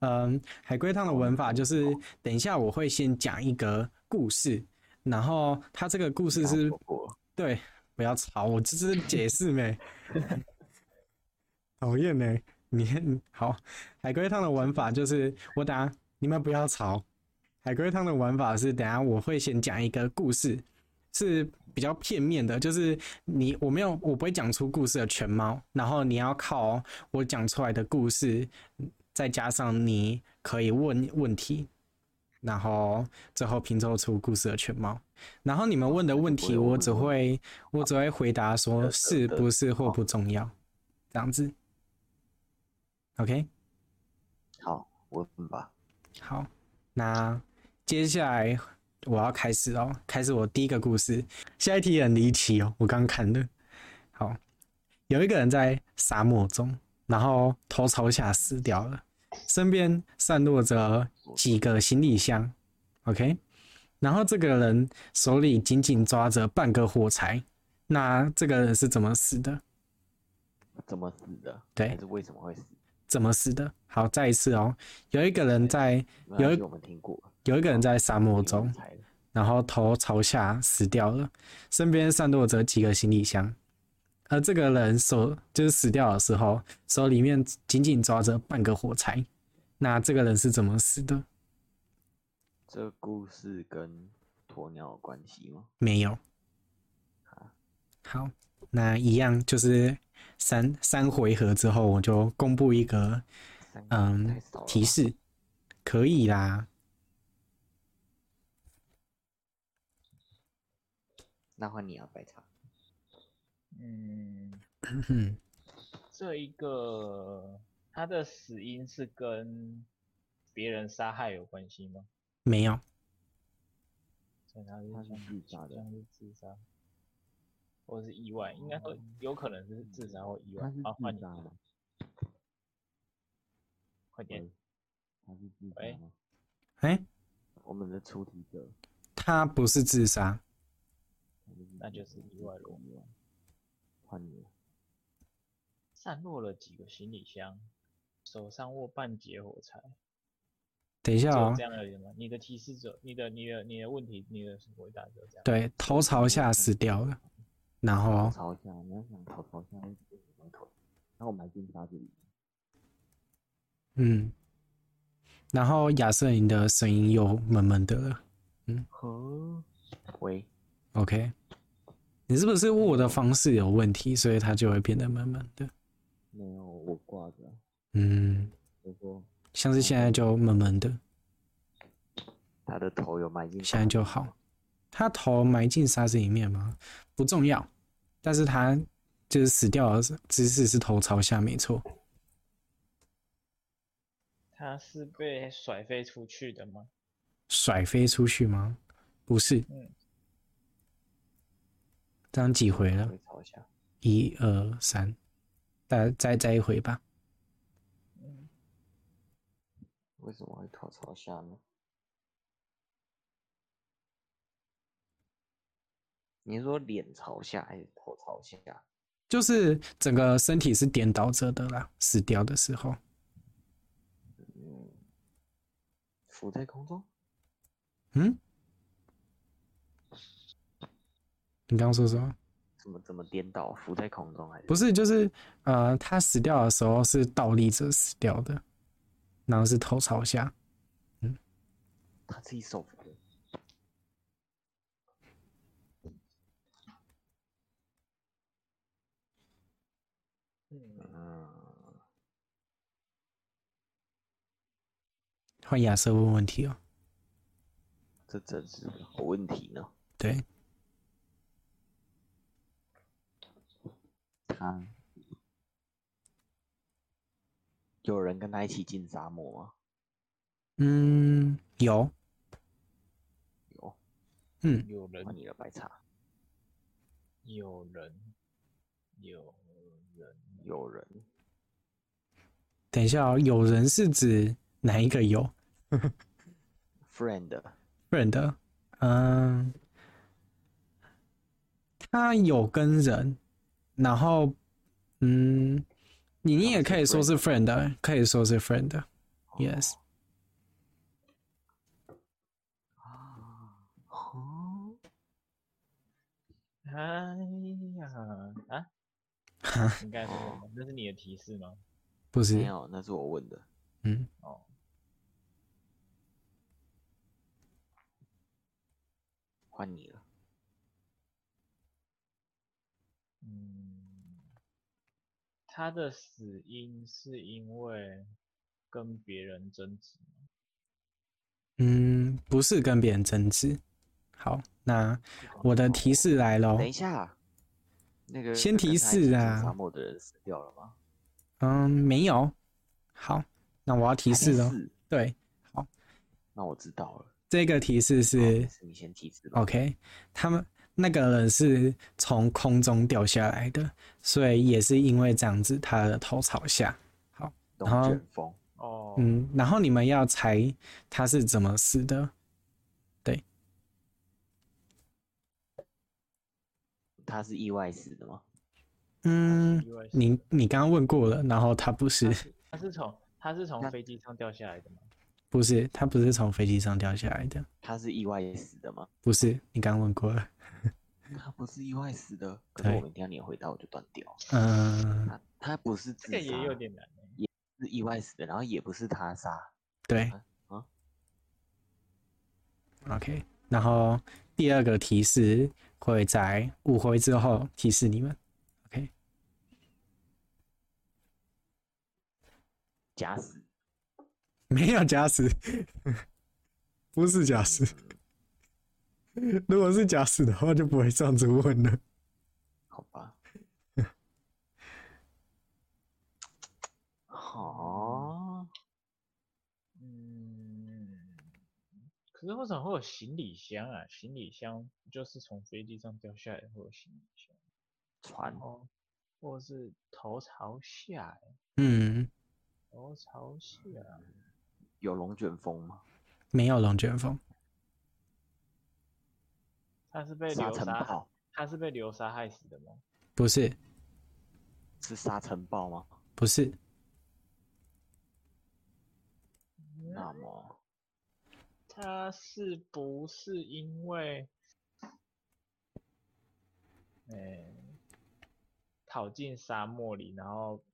嗯，海龟汤的文法就是，等一下我会先讲一个故事，然后它这个故事是我对，不要吵，我这是解释没，讨厌呢。你好，海龟汤的玩法就是我等下你们不要吵。海龟汤的玩法是，等下我会先讲一个故事，是比较片面的，就是你我没有我不会讲出故事的全貌，然后你要靠我讲出来的故事，再加上你可以问问题，然后最后拼凑出故事的全貌。然后你们问的问题，我只会我只会回答说是不是或不重要，这样子。OK，好，我问吧。好，那接下来我要开始哦，开始我第一个故事。下一题很离奇哦，我刚看的。好，有一个人在沙漠中，然后头朝下死掉了，身边散落着几个行李箱。OK，然后这个人手里紧紧抓着半个火柴。那这个人是怎么死的？怎么死的？对还是为什么会死？怎么死的？好，再一次哦，有一个人在没有关一系我们听过，有一个人在沙漠中你，猜的然后头朝下死掉了，身边散落着几个行李箱。而这个人手就是死掉的时候，手里面紧紧抓着半个火柴。那这个人是怎么死的？这故事跟鸵鸟有关系吗？没有。好，那一样就是三三回合之后，我就公布一个三个嗯太少了吧提示，可以啦。那换你啊，白茶。嗯，嗯，这一个他的死因是跟别人杀害有关系吗？没有。所以他是他是像自杀的像是自杀，或是意外，应该说有可能是自杀或意外他是。好，换自你杀，吗？快点喂，他是自喂杀吗？哎、我们的出题者，他不是自杀，他是自那就杀是意外咯。意外换你了，啊散落了几个行李箱，手上握半截火柴，等一下只哦有这，样而已吗？你的提示者，你的、你的、你的问题，你的回答只有这样。对，头朝下死掉了，哦然后朝下，你要想头朝下会变什么腿？那我们来进到这里，嗯，然后亚瑟琳的声音又闷闷的了。呵，喂， OK，你是不是握的方式有问题，所以它就会变得闷闷的？没有，我挂着，啊嗯，我说像是现在就闷闷的，他的头有埋进现在沙就子好。他头埋进沙子里面吗？不重要，但是他就是死掉的姿势是头朝下，没错。他是被甩飞出去的吗？甩飞出去吗？不是，嗯这样几回了？会朝下，一二三，再再再一回吧。嗯，为什么会头朝下呢？你是说脸朝下还是头朝下？就是整个身体是颠倒着的啦，死掉的时候，嗯，浮在空中，嗯，你刚刚说什么？怎么怎么颠倒？浮在空中还是不是，就是呃，他死掉的时候是倒立着死掉的，然后是头朝下，他自己手扶的？嗯嗯，换亚瑟问问题哦。这真是好问题呢。对，他有人跟他一起进沙漠吗？嗯，有，有，嗯，有人换你了，白茶。有人，有人，有人等一下哦，有人是指哪一个有？ ，friend，不然的，嗯，他有跟人，然后，嗯，你你也可以说是 friend 的，可以说是 friend 的， Yes，啊，哦，哎呀啊，哈，应该是什么？那是你的提示吗？不没是，有，那是我问的。嗯，哦，换你了，嗯，他的死因是因为跟别人争执吗，嗯，不是跟别人争执。好，那我的提示来喽哦等。一下，那个先提跟他一起示进啊沙漠的人死掉了吗？嗯，没有。好，那我要提示哦喽。是，对，那我知道了。这个提示好是哦没事你先提示吧。 OK，他们那个人是从空中掉下来的，所以也是因为这样子，他的头朝下。好，龙然后卷风，哦，嗯，然后你们要猜他是怎么死的。他是意外死的吗？嗯，意外死你你刚刚问过了，然后他不是他是从他是从那飞机上掉下来的吗？ 不是他不是从飞机上掉下来的，他是意外死的吗？不是你刚刚问过了。他不是意外死的，可是对我明天你的回答我就断掉。嗯、他他不是自这杀，个也有点难欸。是意外死的，然后也不是他杀，对啊。 OK，然后第二个提示会在五回之后提示你们。OK，假死。没有假死，不是假死。嗯如果是假死的话，就不会这样子问了。好吧。 哦好，嗯，可是为什么会有行李箱啊？行李箱就是从飞机上掉下来会有行李箱，船然后哦或是头朝下欸，嗯，头朝下，啊有龙卷风吗？没有龙卷风，他是被沙流尘沙害，暴他是被流沙害死的吗？不是，是沙尘暴吗？不是，嗯那么他是不是因为，哎、跑进沙漠里，然后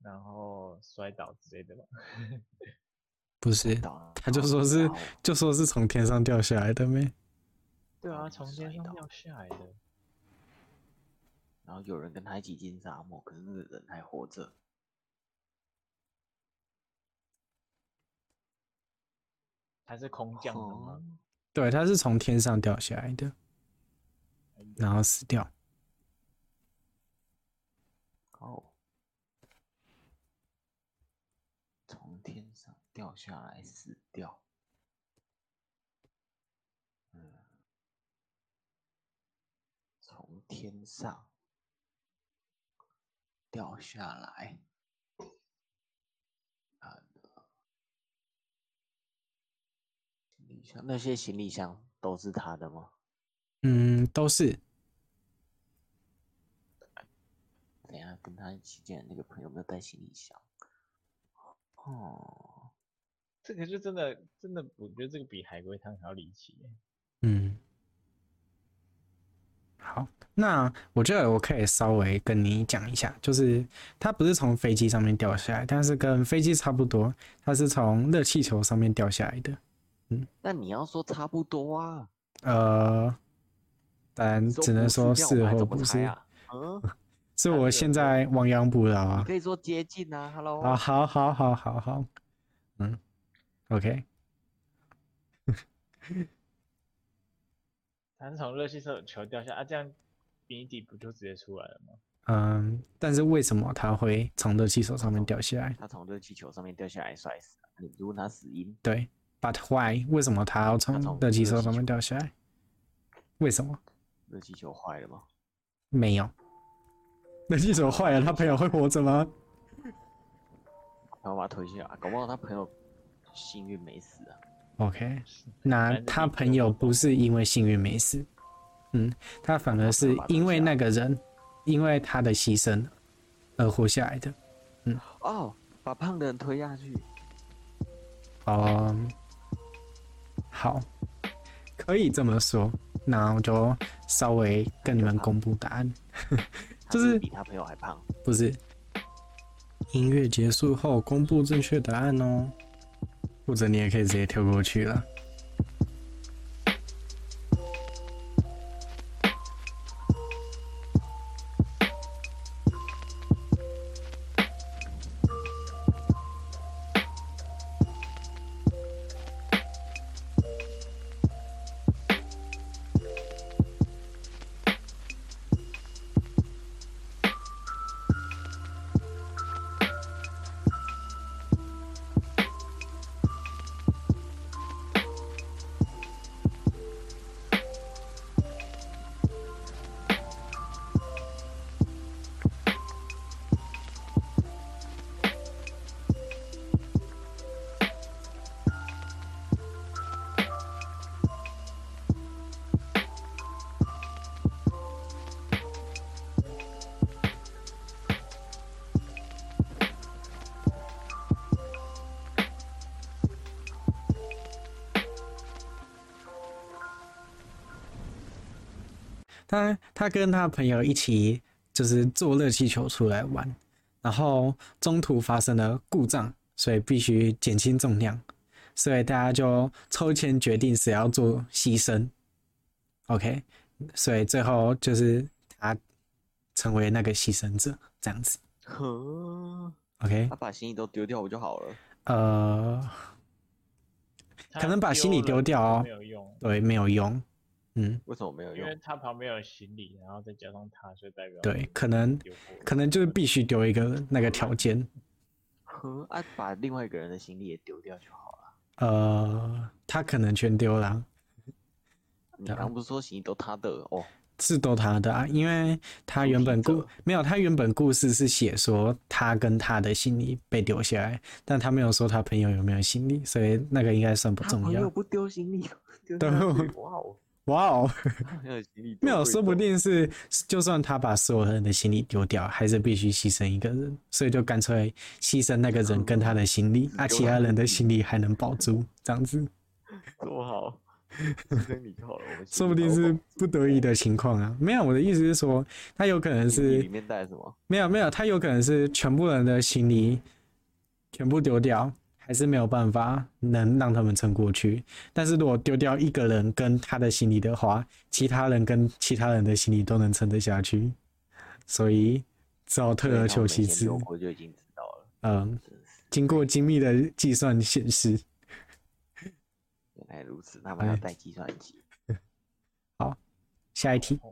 然后摔倒之类的吗？ 不是，到他就说是好就说是从天上掉下来的没？对啊，嗯从摔天上倒掉下来的。然后有人跟他一起进沙漠，可是那个人还活着。他是空降的吗？哦对，他是从天上掉下来的，然后死掉。哦，从天上掉下来死掉。嗯，从天上掉下来。啊，行李箱那些行李箱都是他的吗？嗯，都是，等一下跟他一起见的那个朋友没有带行李箱。哦，这个就真的真的，我觉得这个比海龟汤还要离奇耶。嗯。好，那我觉得我可以稍微跟你讲一下，就是它不是从飞机上面掉下来，但是跟飞机差不多，它是从热气球上面掉下来的。那你要说差不多啊，呃，当然你嗯只能不说这样是我们还或怎么不猜是，啊？嗯，是啊我这现个在亡羊补牢你啊。可以说接近啊，Hello。啊，好好好好好，嗯，OK，他是从热气球掉下啊，这样谜底不就直接出来了吗？嗯，但是为什么它会从热气球上面掉下来？他从热气球上面掉下来摔死了，你不是问他死因？对，But why？为什么它要从从热气热球气上面球掉下来？为什么？热气球坏了吗？没有。热气球坏了，他朋友会活着吗？然后把他推下来，搞不好他朋友幸运没死啊。 OK，那反正他你就朋友不是因为幸运没死，嗯，他反而是因为那个人，因为他的牺牲而活下来的。哦，把胖的人推下去。哦，好，可以这么说。那我就稍微跟你们公布答案，他就是比他朋友还胖。不是。音乐结束后公布正确答案哦，或者你也可以直接跳过去了。他他跟他朋友一起就是坐热气球出来玩，然后中途发生了故障，所以必须减轻重量，所以大家就抽签决定谁要做牺牲。OK，所以最后就是他成为那个牺牲者，这样子。呵， OK，他把行李都丢掉不就好了？呃，他可能把行李丢丢了掉哦没有用，对，没有用。嗯，为什么没有因为用？他旁边有行李，然后再加上他，所以代表对，可能有过可能就是必须丢一个那个条件。呵，啊，把另外一个人的行李也丢掉就好了。呃，他可能全丢了。你对啊刚不是说行李都他的哦？是都他的啊，因为他独原行本故者没有，他原本故事是写说他跟他的行李被丢下来，但他没有说他朋友有没有行李，所以那个应该算不他重朋友要。不丢行李，丢对啊下去， 哇哦，哇哦，他 朋友的行李多没有，贵说不重定是就算他把所有人的行李丢掉，还是必须牺牲一个人，所以就干脆牺牲那个人跟他的行李，啊，只丢其他他自人的己行李还能保住，这样子，多好，牺牲你就好了。我们说不定哦是不得已的情况啊。没有，我的意思是说，他有可能是是里面带了什么？没有没有，他有可能是全部人的行李全部丢掉，还是没有办法能让他们撑过去。但是如果丢掉一个人跟他的行李的话，其他人跟其他人的行李都能撑得下去，所以只好退而对那呃求我们其以前次留。过就已经知道了，嗯，真是经过精密的计算显示，原来如此。那我们要哎带计算机。下一题哦